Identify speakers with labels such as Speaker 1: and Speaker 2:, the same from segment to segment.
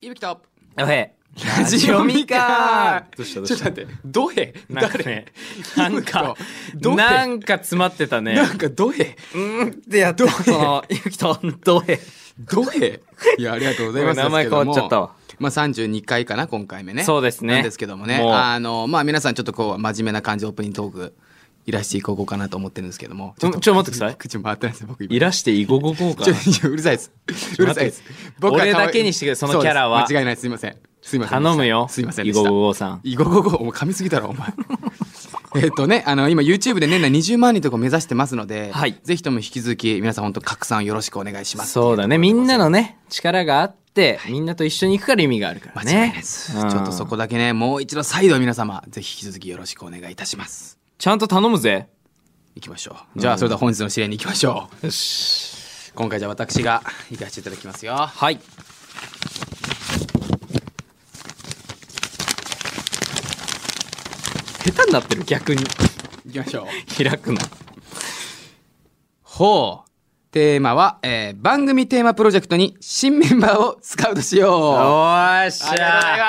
Speaker 1: いぶきと
Speaker 2: やべえ。ラ
Speaker 3: どうし
Speaker 1: ち
Speaker 3: た
Speaker 1: ょ
Speaker 3: ど
Speaker 1: っ
Speaker 3: う
Speaker 1: と
Speaker 3: した
Speaker 1: 待ってどへ
Speaker 2: なんか
Speaker 1: 誰
Speaker 2: ね、なんか、
Speaker 1: どうや
Speaker 2: なんか詰まってたね。
Speaker 1: なんかどへ
Speaker 2: うーんってやって、その、ゆきと、どうへ。
Speaker 1: どへいやありがとうございます
Speaker 2: 名前変わっちゃったわ
Speaker 1: まあ32回かな今回目ね
Speaker 2: そうですね
Speaker 1: なんですけどもね
Speaker 2: もう
Speaker 1: あのまあ皆さんちょっとこう真面目な感じでオープニングトークいらしていこうかなと思ってるんですけども
Speaker 2: ちょ、ちょ、待ってください。
Speaker 1: 口回ってないです僕今
Speaker 2: いらしていごごごか
Speaker 1: ちょ。いやうるさいですうるさいです僕は可愛い
Speaker 2: 俺だけにしてくれそのキャラは
Speaker 1: そうです間違いないですすいませんすいません
Speaker 2: 頼むよ。
Speaker 1: すいません
Speaker 2: い
Speaker 1: でし
Speaker 2: ご
Speaker 1: た
Speaker 2: ごごさん。
Speaker 1: いごごご、お前噛みすぎだろ、お前。 えっとね、あの、今 YouTube で年内20万人とか目指してますので、
Speaker 2: はい
Speaker 1: ぜひとも引き続き、皆さん本当拡散よろしくお願いします。
Speaker 2: そうだね。みんなのね、力があって、みんなと一緒に行くから意味があるか
Speaker 1: 間
Speaker 2: ら
Speaker 1: 違
Speaker 2: ね。
Speaker 1: いないです。
Speaker 2: うん
Speaker 1: ちょっとそこだけね、もう一度再度皆様、ぜひ引き続きよろしくお願いいたします。
Speaker 2: ちゃんと頼むぜ。
Speaker 1: 行きましょう。じゃあ、それでは本日の試練に行きましょう。
Speaker 2: よし。
Speaker 1: 今回じゃあ私が行かせていただきますよ。
Speaker 2: はい。下手になってる、逆に。
Speaker 1: 行きましょう。
Speaker 2: 開くの。
Speaker 1: ほう。テーマは、えー番組テーマプロジェクトに新メンバーをスカウトしよう。
Speaker 2: ーっし
Speaker 1: ありが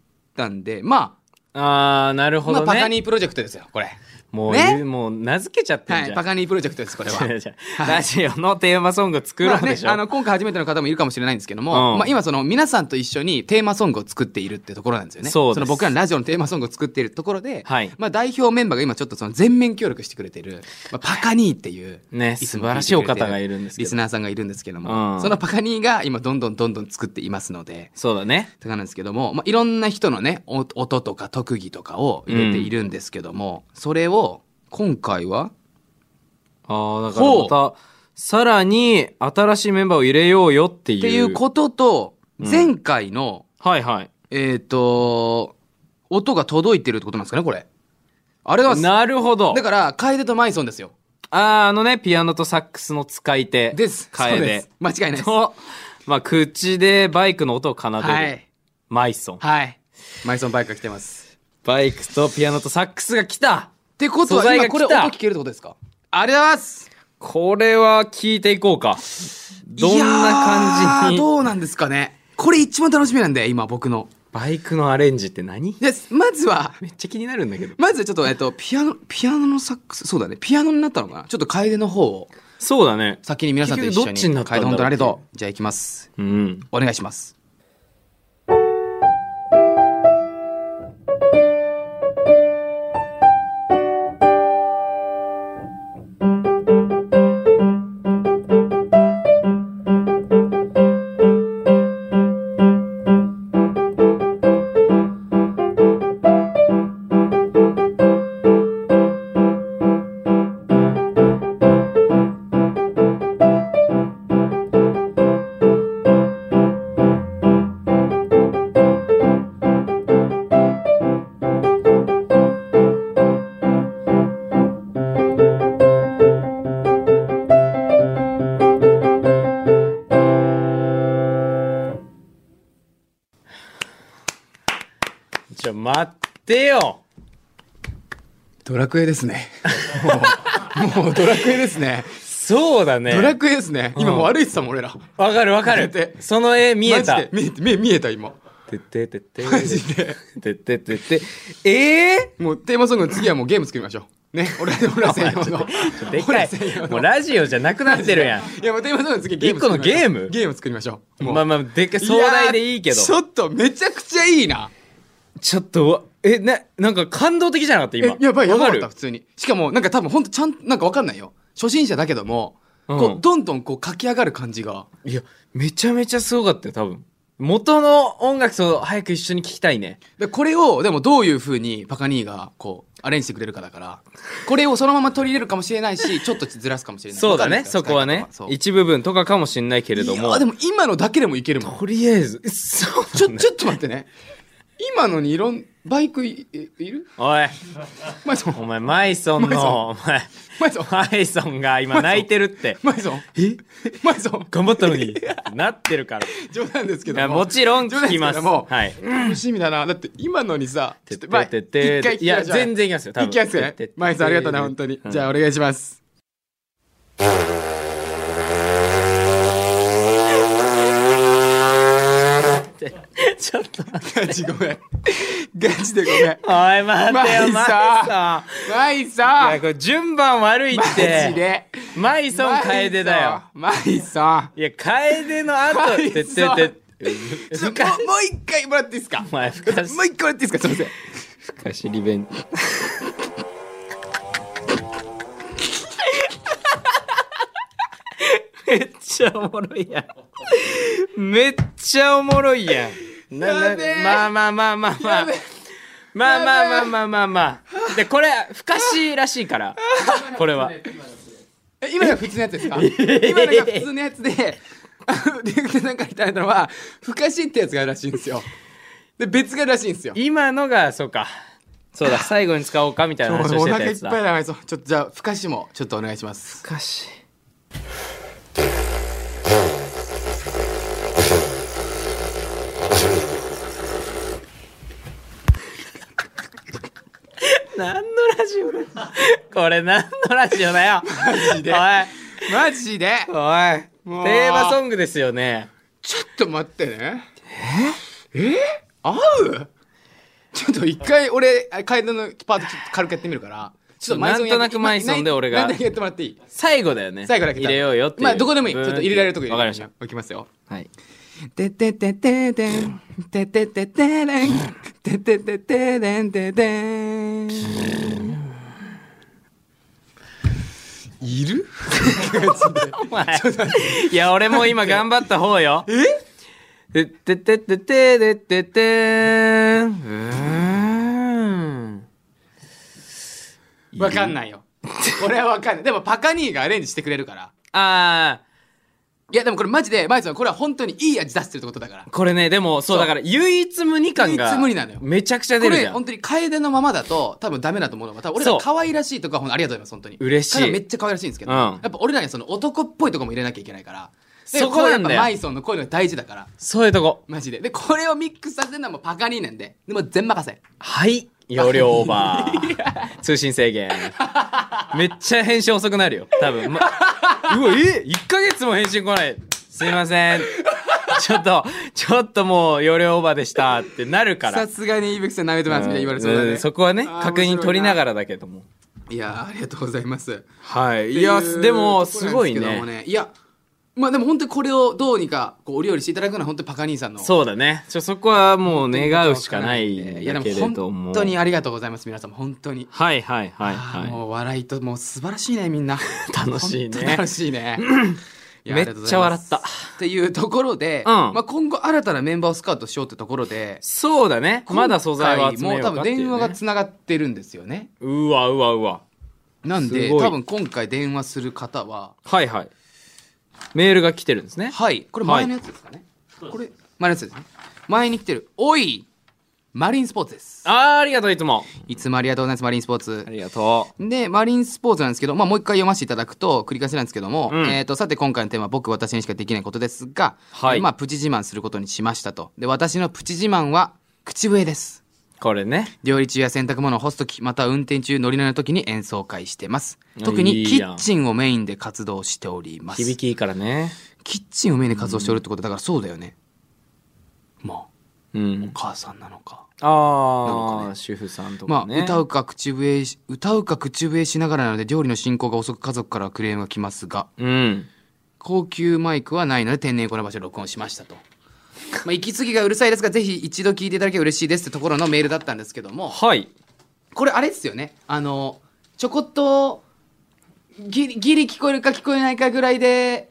Speaker 1: なんで、ま
Speaker 2: あー、なる
Speaker 1: あ、
Speaker 2: ほ
Speaker 1: ま
Speaker 2: ど
Speaker 1: あ、
Speaker 2: ね。
Speaker 1: パカニープロジェクトですよ、これ。
Speaker 2: もう、
Speaker 1: ね
Speaker 2: もう名付けちゃって
Speaker 1: は
Speaker 2: んじ
Speaker 1: い、
Speaker 2: ゃん。
Speaker 1: パカニープロジェクトです、 これは。
Speaker 2: 違う違 うラジオのテーマソング作ろ
Speaker 1: ま
Speaker 2: う
Speaker 1: あね
Speaker 2: でしょ。
Speaker 1: あの今回初めての方もいるかもしれないんですけども、
Speaker 2: うん
Speaker 1: まあ、今その皆さんと一緒にテーマソングを作っているってところなんですよね
Speaker 2: そうです
Speaker 1: の僕らのラジオのテーマソングを作っているところで、
Speaker 2: はい
Speaker 1: まあ、代表メンバーが今ちょっとその全面協力してくれている、まあ、パカニーっていう、
Speaker 2: ね
Speaker 1: いつ
Speaker 2: 素
Speaker 1: も
Speaker 2: 晴
Speaker 1: 聞
Speaker 2: ら
Speaker 1: い
Speaker 2: していお
Speaker 1: くれて
Speaker 2: 方がいるんですけ
Speaker 1: リ
Speaker 2: ど
Speaker 1: ス。ナーさんがいるんですけども、
Speaker 2: うん
Speaker 1: そのパカニーが今どんどんどんどん作っていますので
Speaker 2: そうだね。
Speaker 1: とかなんですけども、まあ、いろんな人のねお音とか特技とかを入れているんですけども、それを今回は
Speaker 2: ああ、だからまた、さらに新しいメンバーを入れようよっていう。
Speaker 1: っていうことと前回の、
Speaker 2: はいはい。
Speaker 1: えっ、と音が届いてるってことなんですかねこれあれはだ
Speaker 2: なるほど。
Speaker 1: から楓とマイソンですよ
Speaker 2: ああ、あのね、ピアノとサックスの使い手。
Speaker 1: です
Speaker 2: 替え
Speaker 1: そう
Speaker 2: で
Speaker 1: です間違いないです
Speaker 2: と、まあ、口でバイクの音を奏でる。
Speaker 1: はい
Speaker 2: マイソン。
Speaker 1: はいマイソンバイクが来てます
Speaker 2: バイクとピアノとサックスが来た
Speaker 1: ってことは
Speaker 2: 素材が
Speaker 1: 今これ
Speaker 2: 来
Speaker 1: 音
Speaker 2: た
Speaker 1: 聞けるってことですかありがとうございます
Speaker 2: これは聞いていこうか。どん
Speaker 1: い
Speaker 2: な感
Speaker 1: やー
Speaker 2: じに。
Speaker 1: どうなんですかねこれ一番楽しみなんで今僕の
Speaker 2: バイクのアレンジって何
Speaker 1: ですまずは
Speaker 2: めっちゃ気になるんだけど。
Speaker 1: まずちょっと、えっと、ピアノ、ピアノのサックス、そうだね、ピアノになったのかなちょっと楓の方を、
Speaker 2: そうだね。
Speaker 1: 先に皆さんと一緒に。
Speaker 2: 結局どっちになったんだ
Speaker 1: 楓
Speaker 2: ろう
Speaker 1: 本当にありがとう。じゃあ行きます。
Speaker 2: うん。
Speaker 1: お願いします。
Speaker 2: じゃ、待ってよ
Speaker 1: ドラクエですね。 もう、もうドラクエですね。
Speaker 2: そうだね。
Speaker 1: ドラクエですね。今
Speaker 2: うん
Speaker 1: もう歩いてたもん、俺ら。
Speaker 2: わかるわか
Speaker 1: だって
Speaker 2: る。その絵見えた。
Speaker 1: マジで見えた。見え見えた、今。
Speaker 2: てっててって。
Speaker 1: マジで。
Speaker 2: てっててって。ええ
Speaker 1: もうテーマソングの次はもうゲーム作りましょう。ね、俺ら、俺ら専 用の。
Speaker 2: でっかい
Speaker 1: 俺ら専用。の
Speaker 2: もうラジオじゃなくなってるやん。
Speaker 1: いや、もうテーマソングの次ゲーム作りましょう。
Speaker 2: 一個のゲーム
Speaker 1: ゲーム作りましょう。もう
Speaker 2: まあまあ、でっかい、壮大でいいけど
Speaker 1: や。ちょっと、めちゃくちゃいいな。
Speaker 2: ちょっとわ、え、な、なんか感動的じゃなかった今
Speaker 1: え。やばいやばか
Speaker 2: わか
Speaker 1: った
Speaker 2: る
Speaker 1: 普通にしかもなんか多分ほんとちゃんなんかわかんないよ初心者だけども、
Speaker 2: うん
Speaker 1: こうどんどんこう駆け上がる感じが
Speaker 2: いや、めちゃめちゃすごかったよ、多分。元の音楽と早く一緒に聴きたいね。
Speaker 1: でこれをでもどういう風にパカニーがこうアレンジしてくれるかだからこれをそのまま取り入れるかもしれない しちょっとずらすかもしれない
Speaker 2: そうだ
Speaker 1: わ
Speaker 2: ね、
Speaker 1: かる
Speaker 2: そこはね
Speaker 1: 使い方。そう
Speaker 2: 一部分とかかもしんないけれど
Speaker 1: い
Speaker 2: も
Speaker 1: や。でも今のだけでもいけるもん
Speaker 2: とりあえず、 そう
Speaker 1: ちょちょっと待ってね今のにいろんバイクいいいる
Speaker 2: おい、
Speaker 1: マイソ
Speaker 2: お
Speaker 1: ン
Speaker 2: 前、マイソン
Speaker 1: マイソン
Speaker 2: の、お前、
Speaker 1: マイソン
Speaker 2: マイソンが今泣いてるって。
Speaker 1: マイソン
Speaker 2: え
Speaker 1: マイソン
Speaker 2: 頑張ったのに。なってるから。
Speaker 1: 冗談ですけ
Speaker 2: い
Speaker 1: ど
Speaker 2: や
Speaker 1: も
Speaker 2: もちろん
Speaker 1: 冗談
Speaker 2: 聞
Speaker 1: ですけ
Speaker 2: きま
Speaker 1: ど
Speaker 2: す。
Speaker 1: も
Speaker 2: はい。
Speaker 1: 楽しみだなだって今のにさちょっとまあ
Speaker 2: てって
Speaker 1: 一回聞
Speaker 2: いや、全然いきますよ、多分。
Speaker 1: 一回やつね
Speaker 2: てって
Speaker 1: マイソンありがとうね本当にじゃあお願いします
Speaker 2: ちょっと待って。
Speaker 1: ガチごめんガチでごめん
Speaker 2: おい、待ってよ、マ
Speaker 1: マ
Speaker 2: イ
Speaker 1: イ
Speaker 2: ソ
Speaker 1: さマイソ
Speaker 2: ン。いや、
Speaker 1: ン
Speaker 2: これ順番悪いっ
Speaker 1: マジ
Speaker 2: て。
Speaker 1: で
Speaker 2: マイソン、カエデだよ。
Speaker 1: マイソン
Speaker 2: いや、カエデの 後、
Speaker 1: マ
Speaker 2: て
Speaker 1: イソ
Speaker 2: っ
Speaker 1: ン
Speaker 2: てってって。
Speaker 1: ちょっ
Speaker 2: ふ
Speaker 1: とも
Speaker 2: か
Speaker 1: うもう一回もらっていいですかも
Speaker 2: お前、ふかし
Speaker 1: う、一回もらっていいですかすいません
Speaker 2: ふかしリベンジ。めっちゃおもろいやん。めっちゃおもろいやん。な
Speaker 1: やべえ
Speaker 2: なまあまあまあまあまあ
Speaker 1: やべえ。
Speaker 2: まあまあま
Speaker 1: や
Speaker 2: あ
Speaker 1: べえ
Speaker 2: まあまあまあ。で、これ、ふかしらしい から。これは。
Speaker 1: え今のが普通のやつ ですか今のが普通のやつであのリュウグウさんからいただいたのはふかしってやつがあるらしいんですよで別があるらしいんですよ
Speaker 2: 今のが、そうか。そうだ、最後に使おうかみたいな話を
Speaker 1: お
Speaker 2: してた
Speaker 1: 腹い
Speaker 2: や
Speaker 1: っ
Speaker 2: つ
Speaker 1: ぱ
Speaker 2: だ。
Speaker 1: いだマイソンちょっとじゃあふかしもちょっとお願いします
Speaker 2: ふかし。 何のラジオだよこれ何のラジオだよマ
Speaker 1: ジで
Speaker 2: おい
Speaker 1: マジで
Speaker 2: おい
Speaker 1: もう
Speaker 2: テーマソングですよね
Speaker 1: ちょっと待ってねええ合うちょっと一回俺階段のパートちょっと軽くやってみるからちょっとマイソンやって
Speaker 2: なんとなくマイソンで俺が
Speaker 1: なんとなくやってもらっていい
Speaker 2: 最後だよね
Speaker 1: 最後だけ
Speaker 2: 入れようよっていう
Speaker 1: まあどこでもいいちょっと入れられるとこ
Speaker 2: わかりました
Speaker 1: いきますよ
Speaker 2: はい
Speaker 1: てててててんててててれんててててれんててんいる
Speaker 2: お前いや俺も今頑張った方 よえてててててててーんうーん
Speaker 1: わかんないよ俺はわかんないでもパカニーがアレンジしてくれるから
Speaker 2: あ
Speaker 1: いやでもこれマジでマイソンこれは本当にいい味出してるってことだから
Speaker 2: ーこれねでもそう
Speaker 1: そう
Speaker 2: だから唯一無二感が
Speaker 1: 唯一無二なのよ
Speaker 2: めちゃくちゃ
Speaker 1: こ
Speaker 2: 出るじ
Speaker 1: れ
Speaker 2: ゃん
Speaker 1: 本当に楓のままだと多分ダメだと思うのが多分俺ら
Speaker 2: そう
Speaker 1: 可愛らしいとかほんとありがとうございます本当に
Speaker 2: 嬉しい
Speaker 1: 彼らめっちゃ可愛らしいんですけど、
Speaker 2: うん
Speaker 1: やっぱ俺らにはその男っぽいとこも入れなきゃいけないからで
Speaker 2: そこなんだよ
Speaker 1: れやっぱマイソンのこういうのが大事だから
Speaker 2: そういうとこ
Speaker 1: マジででこれをミックスさせるのはもうパカニーなんででも全任せ
Speaker 2: はい容量オーバ ー通信制限めっちゃ返信遅くなるよ多分、ま、うわえ1ヶ月も返信来ないすいませんちょっとちょっともう容量オーバーでしたってなるから
Speaker 1: さすがに伊吹さん舐めてますみたいな言われそうだ
Speaker 2: う
Speaker 1: ね
Speaker 2: んそこはね
Speaker 1: あー
Speaker 2: 確認取り
Speaker 1: 面白
Speaker 2: な
Speaker 1: い
Speaker 2: がらだけども
Speaker 1: ないやーありがとうございます
Speaker 2: はいいや
Speaker 1: ってう
Speaker 2: でも
Speaker 1: ところ
Speaker 2: す
Speaker 1: なん
Speaker 2: ごい
Speaker 1: でけども
Speaker 2: ね
Speaker 1: いやまあでも本当にこれをどうにかこうお料理していただくのは本当にパカニーさんの
Speaker 2: そうだねちょそこはもう願うしかないん
Speaker 1: いやで
Speaker 2: だ
Speaker 1: も
Speaker 2: けれども
Speaker 1: 本当にありがとうございます皆さん本当に
Speaker 2: はいはいはい
Speaker 1: あー
Speaker 2: は
Speaker 1: もう笑いともう素晴らしいねみんな
Speaker 2: 楽しいね
Speaker 1: 本当楽しい ねいや
Speaker 2: めっちゃ笑った
Speaker 1: ありがとうございますっていうところで、
Speaker 2: うん
Speaker 1: まあ、今後新たなメンバーをスカウトしようってところで
Speaker 2: いそうだねまだ素材は集めようか
Speaker 1: 今回もう多
Speaker 2: って
Speaker 1: 分
Speaker 2: いうね
Speaker 1: 電話がつながってるんですよね
Speaker 2: うわうわうわ
Speaker 1: なんです
Speaker 2: ごい
Speaker 1: 多分今回電話する方は
Speaker 2: はいはいメールが来てるんですね
Speaker 1: はいこれ前のやつですかね、これ前のやつですね前に来てる「おいマリンスポーツ」です
Speaker 2: あーありがとういつも
Speaker 1: いつもありがとうございますマリンスポーツ
Speaker 2: ありがと
Speaker 1: で、マリンスポーツなんですけど、まあ、もう一回読ませていただくと、繰り返しなんですけども、
Speaker 2: うん
Speaker 1: えっ、と、さて今回のテーマは僕、私にしかできないことですが、
Speaker 2: はい
Speaker 1: えーまあ、プチ自慢することにしましたと。で、私のプチ自慢は、口笛です。
Speaker 2: うこれね
Speaker 1: 料理中や洗濯物を干すとき、または運転中、乗り乗りの時に演奏会してます。特
Speaker 2: い
Speaker 1: に
Speaker 2: い
Speaker 1: キ
Speaker 2: やん
Speaker 1: ッチンをメインで活動しております。
Speaker 2: 響きいいからね
Speaker 1: キッチンをメインで活動しておるってことだからそうだよね。ま
Speaker 2: うん
Speaker 1: あ、母さんなのか。
Speaker 2: あ
Speaker 1: な
Speaker 2: あ、
Speaker 1: んかね
Speaker 2: 主婦さんと
Speaker 1: ま
Speaker 2: か
Speaker 1: あ、
Speaker 2: ね、
Speaker 1: 歌うか口笛し、歌うか口笛しながらなので、料理の進行が遅く家族からクレームが来ますが、
Speaker 2: うん
Speaker 1: 高級マイクはないので天然この場所で録音しましたと。まあ、息継ぎがうるさいですが、ぜひ一度聞いていただけば嬉しいですってところのメールだったんですけども、
Speaker 2: はい
Speaker 1: これあれですよね。あの、ちょこっと、ギリ、ギリ聞こえるか聞こえないかぐらいで、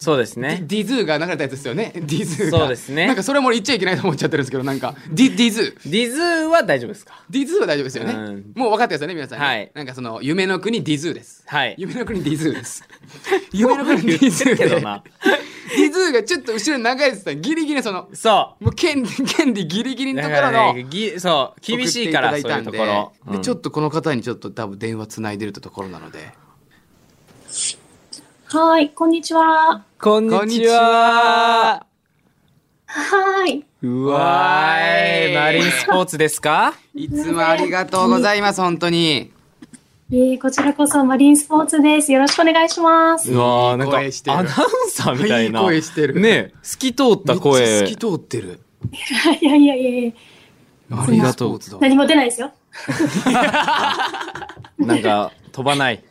Speaker 2: そうです
Speaker 1: デ
Speaker 2: ね
Speaker 1: ィズーが流れたやつですよねデ ィズーが
Speaker 2: そうですね
Speaker 1: なんかそれも言っちゃいけないと思っちゃってるんですけどなんかディディズー
Speaker 2: ディズーは大丈夫ですか
Speaker 1: ディズーは大丈夫ですよね、
Speaker 2: うん
Speaker 1: もう分かったですよね皆さんね、
Speaker 2: はい
Speaker 1: なんかその夢の国ディズーです
Speaker 2: はい
Speaker 1: 夢の国ディズーです 夢の国ディズー
Speaker 2: け
Speaker 1: で
Speaker 2: どな
Speaker 1: ディズーがちょっと後ろに流れてたギリギリその
Speaker 2: そ
Speaker 1: もう権利権利ギリギリ
Speaker 2: う
Speaker 1: の
Speaker 2: だ
Speaker 1: とこ
Speaker 2: か
Speaker 1: ろ
Speaker 2: ら
Speaker 1: の
Speaker 2: ねぎそう厳しいから
Speaker 1: 送って
Speaker 2: そういう
Speaker 1: ただ
Speaker 2: とこ
Speaker 1: たんで
Speaker 2: ろ、
Speaker 1: で
Speaker 2: うん
Speaker 1: ちょっとこの方にちょっと多分電話つないでるところなので
Speaker 4: はい、こんにちは。
Speaker 2: こん
Speaker 1: こん
Speaker 2: に
Speaker 1: に
Speaker 2: ち
Speaker 1: ち
Speaker 2: は
Speaker 1: は
Speaker 4: はい。
Speaker 2: うわーいマリンスポーツですか
Speaker 1: いつもありがとうございます本当に
Speaker 4: えー、こちらこそマリンスポーツです。よろしくお願いします。
Speaker 2: うわーなんか
Speaker 1: いい声してる
Speaker 2: アナウンサーみたいない
Speaker 1: い声してる
Speaker 2: ねえ透き通っ
Speaker 1: めっ
Speaker 2: た
Speaker 1: ちゃ
Speaker 2: 声
Speaker 1: 透き通ってる
Speaker 4: いやいやいやいや
Speaker 1: ありがとう
Speaker 4: 何も出ないですよ。
Speaker 2: なんか飛ばない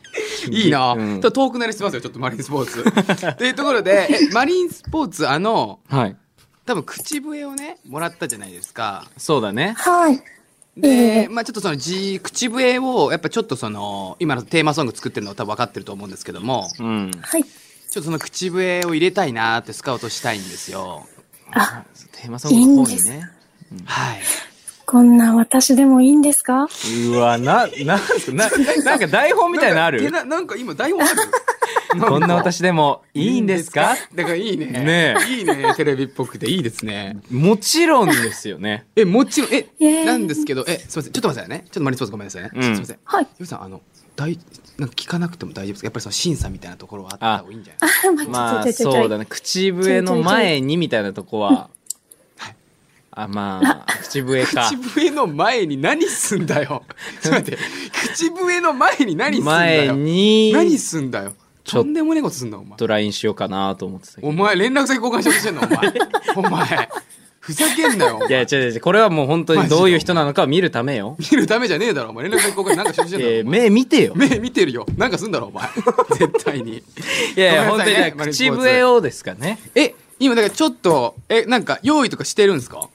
Speaker 1: いいな、
Speaker 2: うん
Speaker 1: と遠くなりしてますよちょっとマリンスポーツ っていうところでえマリンスポーツあの
Speaker 2: はい
Speaker 1: 多分口笛をねもらったじゃないですか
Speaker 2: そうだね
Speaker 5: はい。
Speaker 1: で、まあちょっとそのじ口笛をやっぱちょっとその今のテーマソング作ってるの多分分かってると思うんですけども
Speaker 2: うん
Speaker 5: はい。
Speaker 1: ちょっとその口笛を入れたいなーってスカウトしたいんですよ
Speaker 2: テーマソングの方にね
Speaker 1: はい
Speaker 4: こんな私でもいいんですか
Speaker 2: うわななんすかななんか台本みたいなの
Speaker 1: な
Speaker 2: あ
Speaker 1: ん
Speaker 2: る
Speaker 1: かなんか今台本ある
Speaker 2: こんな私でもいいんですか
Speaker 1: だからいいね
Speaker 2: ねえ
Speaker 1: いいねテレビっぽくていいですね
Speaker 2: もちろんですよね
Speaker 1: えもちろんえ
Speaker 4: イエーイ
Speaker 1: なんですけどえすいませんちょっと待ってくださいねちょっとマリンスポーツごめんなさいね、
Speaker 2: うん
Speaker 1: ちょっとすいません
Speaker 4: はい。
Speaker 1: ゆうさんあの大なんか聞かなくても大丈夫ですかやっぱりその審査みたいなところはあった方がいいんじゃない
Speaker 2: まあそうだね口笛の前にみたいなとこはあまあ口笛か
Speaker 1: 口笛の前に何すんだよちょっと待って口笛の前に何すんだ
Speaker 2: 前
Speaker 1: よ
Speaker 2: に
Speaker 1: 何すんだよ
Speaker 2: ちょっと
Speaker 1: とんでもねえことすんなお前
Speaker 2: ドラインしようかなと思ってたけど
Speaker 1: お前連絡先交換しようとしてんのお前お前ふざけんなよお前
Speaker 2: いや違う違う違うこれはもう本当にどういう人なのかを見るためよ
Speaker 1: 見るためじゃねえだろお前連絡先交換なんかしようとしてんだろ
Speaker 2: え
Speaker 1: お
Speaker 2: ー
Speaker 1: 前
Speaker 2: 目見て よ
Speaker 1: 目見てるよなんかすんだろお前絶対に
Speaker 2: いやいや
Speaker 1: ご
Speaker 2: 本
Speaker 1: めんなさいね
Speaker 2: 当にだから口笛をですかね
Speaker 1: え今だからちょっとえなんか用意とかしてるんですか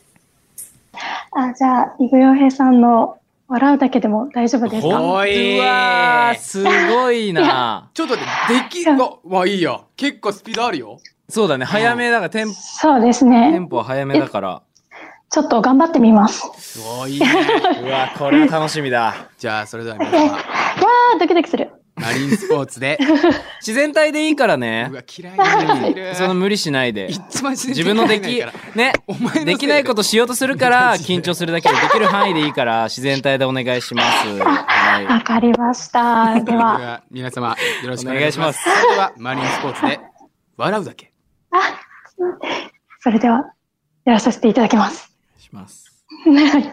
Speaker 4: あ、じゃあ、イグヨヘイさんの笑うだけでも大丈夫ですか
Speaker 1: ほおいう
Speaker 2: わーすごいな
Speaker 1: ちょっと待ってでき
Speaker 4: うん
Speaker 1: がまあいいや結構スピードあるよ
Speaker 2: そうだね早めだからテン
Speaker 4: そうです
Speaker 2: テン
Speaker 4: ね。
Speaker 2: ポは早めだから
Speaker 4: ちょっと頑張ってみ ます。
Speaker 1: すごいね
Speaker 2: うわこれは楽しみだ
Speaker 1: じゃあそれでは皆様
Speaker 4: わー、ドキドキする。
Speaker 1: マリンスポーツで
Speaker 2: 自然体でいいからね
Speaker 1: うわ嫌いな人いる
Speaker 2: その無理しないで
Speaker 1: 一番
Speaker 2: 自分のできね
Speaker 1: お前のせいで
Speaker 2: できないことしようとするから緊張するだけでできる範囲でい いから自然体でお願いしますは
Speaker 4: わかりました。で
Speaker 1: で
Speaker 4: は、
Speaker 1: は皆様よろしくお願いしますそれではマリンスポーツで笑うだけ
Speaker 4: それでは、やらさせていただきます。
Speaker 2: いします
Speaker 4: はい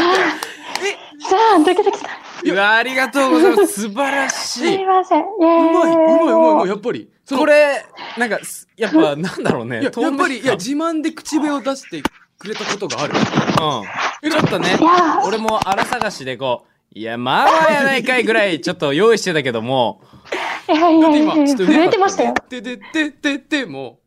Speaker 4: さあ、ドキドキした。
Speaker 2: うわありがとうございます素晴ら
Speaker 4: す
Speaker 2: しい
Speaker 4: みません。イェ
Speaker 1: う
Speaker 4: ーイ。
Speaker 1: まいうまいうまいうまいやっぱりその
Speaker 2: これなんかすやっぱなんだろうね
Speaker 1: いややっぱりいや
Speaker 2: うん、ち
Speaker 1: 自慢で口笛を出してくれたことがある
Speaker 2: ょっとね
Speaker 4: いや
Speaker 2: 俺も荒探しでこういやまあまあやないかいぐらいちょっと用意してたけども
Speaker 4: ー、いやいやいや
Speaker 1: だって今
Speaker 4: いや、
Speaker 1: ちょっと
Speaker 4: 震えてましたよ。
Speaker 1: でででででも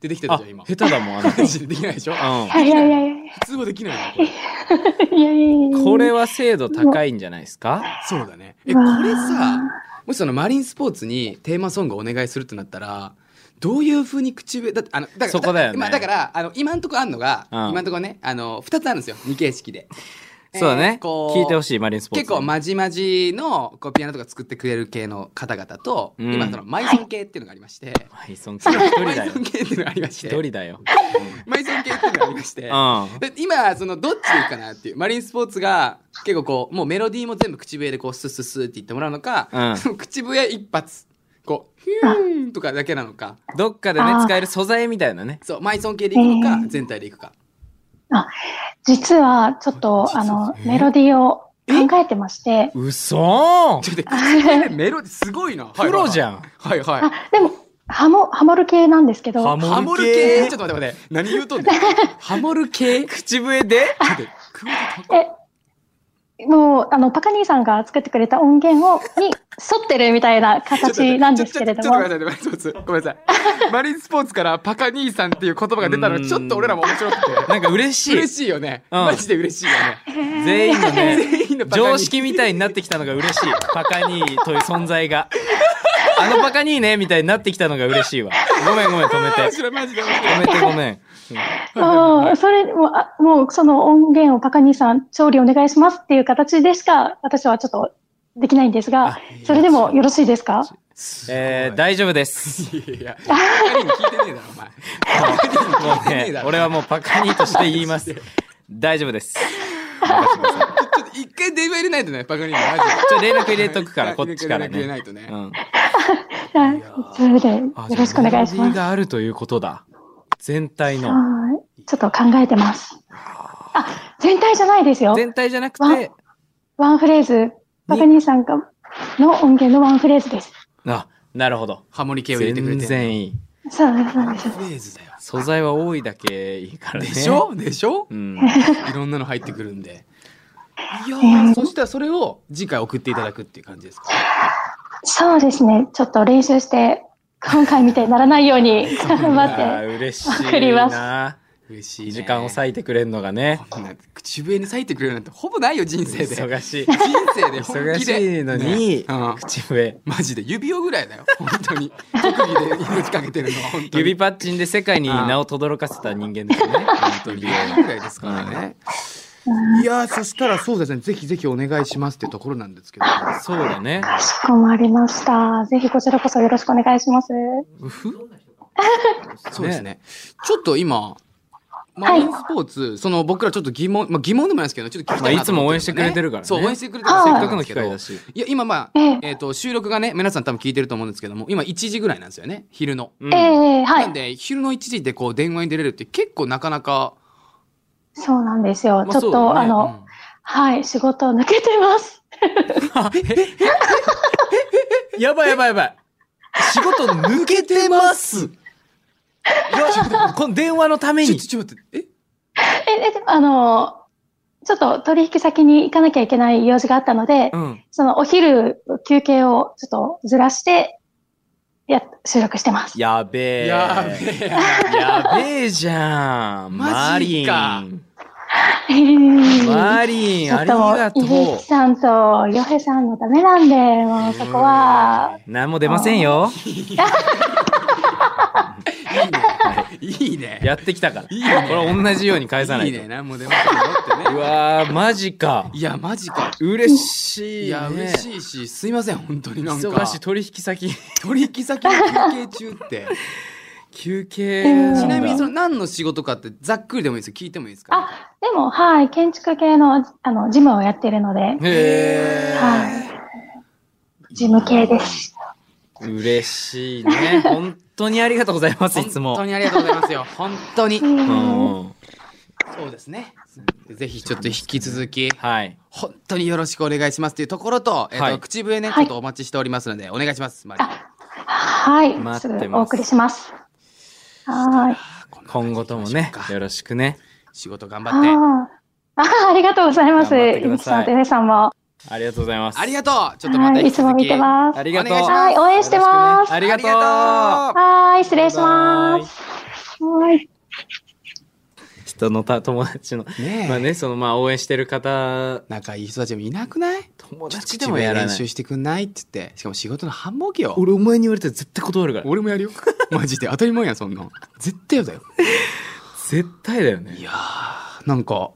Speaker 1: 出てきてた
Speaker 2: あ
Speaker 1: じゃん今
Speaker 2: 下手だもんあの
Speaker 1: マジでできないでしょ
Speaker 2: 子
Speaker 4: いやいやいやいや
Speaker 1: 普通はできないのこれ
Speaker 4: いやいやいやいや。
Speaker 2: うんこれは精度高いんじゃないですか
Speaker 1: そうだね。え、
Speaker 4: う
Speaker 1: こ
Speaker 4: わー
Speaker 1: れさ、もしそのマリンスポーツにテーマソングお願いするってなったら、どういう風に口笛、だってあの、だから、
Speaker 2: そこだよね
Speaker 1: まあだから、あの、今んとこあんのが、
Speaker 2: うん
Speaker 1: 今んとこね、あの、二つあるんですよ。二形式で。
Speaker 2: そうだね
Speaker 1: えーこう
Speaker 2: 聞いてほしいマリンスポーツ
Speaker 1: 結構まじまじのこうピアノとか作ってくれる系の方々と、
Speaker 2: うん
Speaker 1: 今そのマイソン系っていうのがありまして、
Speaker 2: マリソン君一人
Speaker 1: マ
Speaker 2: だ
Speaker 1: イ
Speaker 2: よ
Speaker 1: ソン系っていうのがありまして、
Speaker 2: 一人だよ
Speaker 1: マイソン系 っていうのがありまして、
Speaker 2: う
Speaker 1: で今そのどっちでいくかなっていうマリンスポーツが結構こうもうメロディーも全部口笛でこうスッスッスッって言ってもらうのか、
Speaker 2: うん
Speaker 1: その口笛一発こうヒューンとかだけなのか
Speaker 2: んどっかでね
Speaker 4: あー
Speaker 2: 使える素材みたいなね
Speaker 1: そうマイソン系でいくのか、
Speaker 4: えー
Speaker 1: 全体でいくか
Speaker 4: 実は、ちょっと、あの、メロディーを考えてまして。
Speaker 2: 嘘
Speaker 1: ちょっと待って口笛メロディーすごいな
Speaker 2: プロじゃ
Speaker 1: ん
Speaker 2: ん
Speaker 1: はいはい
Speaker 4: あ、でも、ハモ、ハモる系なんですけど。
Speaker 2: ハ
Speaker 4: あ、
Speaker 2: モ
Speaker 1: ハモル系ちょっと待って待って何言うとんねんハモル系
Speaker 2: 口笛
Speaker 1: ち
Speaker 2: で
Speaker 1: ょっと待ってクオリティ高い
Speaker 4: え、もう、あの、パカ兄さんが作ってくれた音源を、に沿ってるみたいな形なんですけれども。
Speaker 1: ちょっと待ってちょっとちょっとちょっとごめんなさい、ごめんなさい。マリンスポーツからパカ兄さんっていう言葉が出たのがちょっと俺らも面白く。
Speaker 2: なんか嬉してい
Speaker 1: 嬉しいよね。
Speaker 2: うん
Speaker 1: マジで嬉しいよね。
Speaker 2: 全員の ね
Speaker 1: 全員のパカ兄
Speaker 2: 常識みたいになってきたのが嬉しいパカニーという存 在があのパカニーねみたいになってきたのが嬉しいわごめんごめん止め
Speaker 1: 面
Speaker 2: て
Speaker 1: 白いマジで面白い
Speaker 2: 止めてごめん
Speaker 4: もう、それ、もう、あもうその音源をパカ兄さん、調理お願いしますっていう形でしか、私はちょっとできないんですが、それでもよろしいですか
Speaker 2: えー、大丈 夫です
Speaker 1: いやいや、パカ兄に聞いてねえだろ、お前。
Speaker 2: もう
Speaker 1: いい
Speaker 2: ね
Speaker 1: だろ
Speaker 2: 俺はもうパカニーとして言います大丈 夫です任せてください
Speaker 1: ちょっと一回電話入れないとね、パカ兄に マジで。
Speaker 2: ちょっと連絡入れとくからこっちか
Speaker 1: 連
Speaker 2: ら
Speaker 1: 絡入れ
Speaker 2: ね
Speaker 1: ないとね
Speaker 2: う。ん
Speaker 4: はいそれで、よ
Speaker 2: あ
Speaker 4: ろしくお願いし
Speaker 2: じゃあメロディ
Speaker 4: ま
Speaker 2: ー
Speaker 4: す。
Speaker 2: があるということだ全体の
Speaker 4: はい。ちょっと考えてます。あ、全体じゃないですよ。
Speaker 2: 全体じゃなくて
Speaker 4: ワンフレーズ、パカ兄さんがの音源のワンフレーズです。
Speaker 2: あなるほど
Speaker 1: ハモニケを入れてくれ
Speaker 2: 全
Speaker 1: て。
Speaker 2: 然いい
Speaker 4: そうなんです。
Speaker 1: フレーズだよ。
Speaker 2: 素材は多いだけいいからね
Speaker 1: でしょでしょ
Speaker 2: うん
Speaker 1: いろんなの入ってくるんで。いやー、そしたらそれを次回送っていただくっていう感じですか。
Speaker 4: そうですね。ちょっと練習して、今回みたいにならないように 頑張
Speaker 2: あー
Speaker 4: って。
Speaker 2: 嬉し
Speaker 4: 送
Speaker 2: い
Speaker 4: ります
Speaker 2: な
Speaker 1: 嬉しい、ね。
Speaker 2: 時間を
Speaker 1: い
Speaker 2: 割いてくれるのがね
Speaker 1: こんな口笛に割いてくれるなんてほぼないよ、人生で。人
Speaker 2: 忙しい
Speaker 1: 生で本
Speaker 2: 忙
Speaker 1: 気で。
Speaker 2: しいのに
Speaker 1: ねうん
Speaker 2: 口笛
Speaker 1: マジで指輪ぐらいだよ、本当に。特技で命かけてるのは本当に。
Speaker 2: 指パッチンで世界に名を轟かせた人間で すね
Speaker 1: 本当に指輪ぐらいですからね。いやー、そしたらそうですね、ぜひぜひお願いしますってところなんですけど。
Speaker 2: そうだね
Speaker 4: かしこまりました。ぜひこちらこそよろしくお願いします。
Speaker 1: そうですね。ちょっと今、マリンスポーツ、その僕らちょっと疑問、まあ、疑問でもないですけど、ちょっと聞きたいなと思
Speaker 2: ま
Speaker 1: っ
Speaker 2: あいつも応援してくれてるからね
Speaker 1: そう、応援してくれてる
Speaker 4: はい
Speaker 1: せっ
Speaker 2: せっ
Speaker 1: か
Speaker 2: か
Speaker 1: く
Speaker 2: く
Speaker 1: の
Speaker 2: の
Speaker 1: 機
Speaker 2: 機
Speaker 1: 会
Speaker 2: 会
Speaker 1: だ
Speaker 2: だ
Speaker 1: し。
Speaker 2: し
Speaker 1: いや、今まあ、
Speaker 4: ええ
Speaker 1: えっ、と、収録がね、皆さん多分聞いてると思うんですけども、今1時ぐらいなんですよね、昼の。
Speaker 2: うん
Speaker 4: ええは
Speaker 1: なん
Speaker 4: い。
Speaker 1: で、昼の1時でこう、電話に出れるって結構なかなか、
Speaker 4: そうなんですよ。
Speaker 2: まあ
Speaker 4: ちょっと、
Speaker 2: そうだね
Speaker 4: あの、はい、仕事を抜けてます。
Speaker 2: やばいやばいやばい。仕事抜けてます。よし、この電話のため
Speaker 1: ちょ、
Speaker 2: に。
Speaker 1: ちょ、ちょ、待って、え
Speaker 4: え、え、あの、ちょっと取引先に行かなきゃいけない用事があったので、
Speaker 2: うん。
Speaker 4: そのお昼休憩をちょっとずらして、や、収録してます。
Speaker 2: やべえ。
Speaker 1: やべえや。
Speaker 2: やべえじゃん。マ
Speaker 1: マ
Speaker 2: リ
Speaker 1: ジ
Speaker 2: ン。
Speaker 1: か
Speaker 2: マリ
Speaker 4: ち
Speaker 2: ン、
Speaker 4: ょ
Speaker 2: あり
Speaker 4: っともう
Speaker 2: が、
Speaker 4: 伊吹
Speaker 2: と
Speaker 4: さんとヨヘさんのためなんで、もうそこは、
Speaker 2: う。なんも出ませんよ。
Speaker 1: いいね。
Speaker 2: やってきたから。
Speaker 1: いいね
Speaker 2: これ同じように返さない
Speaker 1: い
Speaker 2: いと。
Speaker 1: ね、なんも出ませんよって
Speaker 2: う
Speaker 1: ね。
Speaker 2: わー、マジか。
Speaker 1: いや、マジか。
Speaker 2: 嬉しい、ね。
Speaker 1: いや、嬉
Speaker 2: い。
Speaker 1: しいし、すいません、本当になんか。
Speaker 2: 忙しい取引先
Speaker 1: 取引先の休憩中 って。
Speaker 2: 休憩なんだ
Speaker 1: ちなみにその何の仕事かってざっくりでもいいですよ聞いてもいいですか、
Speaker 4: あでも、はい、建築系の、あの、事務をやってるので、
Speaker 2: へ
Speaker 4: はい。事務系です。
Speaker 2: ー嬉しいね本当にありがとうございますいつ
Speaker 1: 本当
Speaker 2: も
Speaker 1: にありがとうございますよ本当に
Speaker 2: うんうん
Speaker 1: そうですねぜひちょっと引き続き
Speaker 2: はい
Speaker 1: 本当によろしくお願いしますというところと,、えっと
Speaker 2: はい
Speaker 1: 口笛ねちょっとお待ちしておりますので、お願いしますマリあ
Speaker 4: はい、
Speaker 2: 待
Speaker 4: す
Speaker 2: って
Speaker 4: ぐ
Speaker 2: ます
Speaker 4: お送りします。はい。
Speaker 2: 今後ともねよろしくね
Speaker 1: 仕事頑
Speaker 4: あ
Speaker 1: 張って
Speaker 4: ーあー、ありがとうございます。
Speaker 2: 頑張って
Speaker 4: 伊
Speaker 2: くだ
Speaker 4: 吹
Speaker 2: さ
Speaker 4: さ
Speaker 2: い
Speaker 4: んとヨヘさんも。
Speaker 2: ありがとうございます
Speaker 1: ありがとうちょっとま
Speaker 4: は
Speaker 1: た
Speaker 4: い、
Speaker 1: 引
Speaker 4: い
Speaker 1: き
Speaker 4: つ
Speaker 1: 続
Speaker 4: も
Speaker 1: き
Speaker 4: 見てます
Speaker 2: あ。りがとう
Speaker 1: お願いし
Speaker 4: はい、応援してます。
Speaker 2: ありがとう
Speaker 1: あ
Speaker 4: はい、失礼します。はい。
Speaker 2: 人のた友達の
Speaker 1: ねえ
Speaker 2: まあねそのまあ応援してる方
Speaker 1: 仲いい人たちもいなくない
Speaker 2: 友
Speaker 1: ちょっと口笛練習してくんないって言ってしかも仕事の繁忙期よ
Speaker 2: 俺お前に言われたら絶対断るから
Speaker 1: 俺もやるよ マジで当たり前やんそんなん絶対やだよ
Speaker 2: 絶対だよね
Speaker 1: いやーなんか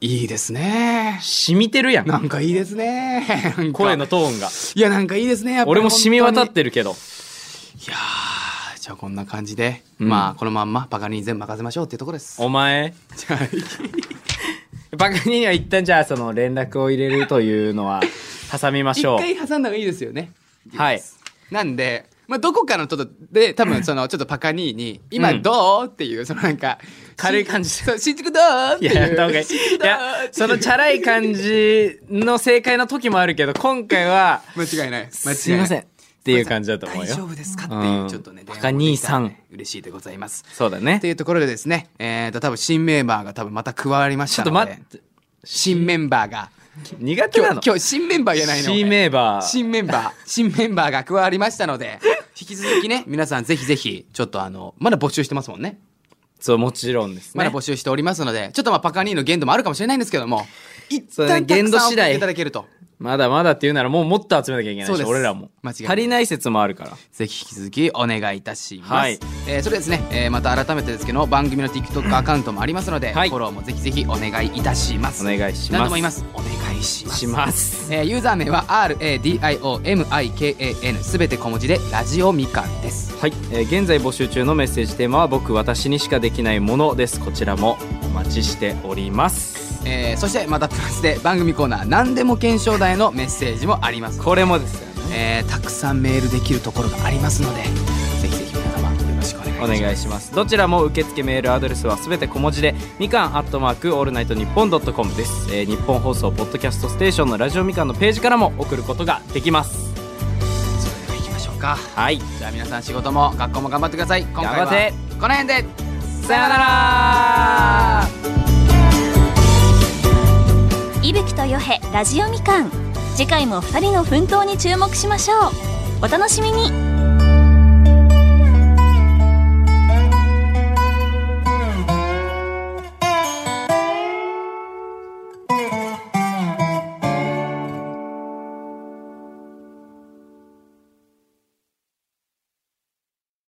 Speaker 1: いいですね
Speaker 2: 染みてるやん
Speaker 1: なんかいいですねなんか
Speaker 2: 声のトーンが
Speaker 1: いやなんかいいですねやっぱり
Speaker 2: 俺も染み渡っ
Speaker 1: 本
Speaker 2: てるけど
Speaker 1: 当にいやーじゃあこんな感じで、
Speaker 2: うん
Speaker 1: まあこのまんまバカに全部任せましょうっていうところです
Speaker 2: お前
Speaker 1: じゃあ
Speaker 2: バカには一旦じゃあその連絡を入れるというのは挟みまし
Speaker 1: 一
Speaker 2: ょう
Speaker 1: 回挟んだ方がいいですよね
Speaker 2: はい
Speaker 1: なんでまあどこかのちょっとで多分そのちょっとパカニーに「今どう?」っていうそのなんか
Speaker 2: 軽い感じで
Speaker 1: そう 新宿どうっ
Speaker 2: い
Speaker 1: ていう
Speaker 2: や、どうかい。
Speaker 1: 新宿
Speaker 2: い
Speaker 1: どう
Speaker 2: や、そのチャラい感じの正解の時もあるけど、今回は、
Speaker 1: 間違いない間違いない
Speaker 2: すいません。っていう感じだと思う
Speaker 1: 大丈
Speaker 2: よ。
Speaker 1: 夫ですかっていううんちょっとね、電話
Speaker 2: バカ兄さん
Speaker 1: もできたで嬉しいでございます
Speaker 2: そうだ
Speaker 1: って
Speaker 2: ね。
Speaker 1: いうところでですねえっ、と多分新メンバーが多分また加わりまし
Speaker 2: ちょ
Speaker 1: た
Speaker 2: っと
Speaker 1: の
Speaker 2: 待
Speaker 1: で
Speaker 2: って。
Speaker 1: 新メンバーが
Speaker 2: 苦手
Speaker 1: 今
Speaker 2: な
Speaker 1: 日
Speaker 2: の
Speaker 1: 今日新メンバー言えないの
Speaker 2: シーメーバー
Speaker 1: 新メンバー新メンバーが加わりましたので引き続きね皆さんぜひぜひちょっとあのまだ募集してますもんね
Speaker 2: そうもちろんですね
Speaker 1: まだ募集しておりますのでちょっとまあパカニーの限度もあるかもしれないんですけども一
Speaker 2: そうね
Speaker 1: 旦たく
Speaker 2: 限
Speaker 1: さ
Speaker 2: 度
Speaker 1: ん送
Speaker 2: 次
Speaker 1: っ
Speaker 2: 第
Speaker 1: ていただけると
Speaker 2: まだまだっていうならもうもっと集めなきゃいけな
Speaker 1: そ
Speaker 2: いうし
Speaker 1: です
Speaker 2: 俺らも
Speaker 1: 間違いない
Speaker 2: 足りない説もあるから
Speaker 1: ぜひ引き続きお願いいたします、
Speaker 2: はい
Speaker 1: えーそれでですね、えーまた改めてですけど番組の TikTok アカウントもありますので、
Speaker 2: はい
Speaker 1: フォローもぜひぜひお願いいたします
Speaker 2: お願いします
Speaker 1: 何度も言いますお願いします
Speaker 2: します
Speaker 1: えーユーザー名は RADIOMIKAN すべて小文字でラジオみかんです
Speaker 2: はい、えー現在募集中のメッセージテーマは僕私にしかできないものですこちらもお待ちしております
Speaker 1: えーそしてまたプラスで番組コーナー何でも検証台のメッセージもあります
Speaker 2: これもですよね
Speaker 1: えーたくさんメールできるところがありますのでぜひぜひ皆様よろしくお願いし
Speaker 2: お
Speaker 1: ます
Speaker 2: 願いしますどちらも受付メールアドレスはすべて小文字でみかんアットマークオールナイトニッポンドットコムです、えー日本放送ポッドキャストステーションのラジオみかんのページからも送ることができます
Speaker 1: それでは行きましょうか
Speaker 2: はい
Speaker 1: じゃあ皆さん仕事も学校も頑張ってください今回
Speaker 2: 頑張っ
Speaker 1: は
Speaker 2: て
Speaker 1: この辺で
Speaker 2: さよなら
Speaker 5: 伊吹とよへラジオみかん次回も2人の奮闘に注目しましょうお楽しみに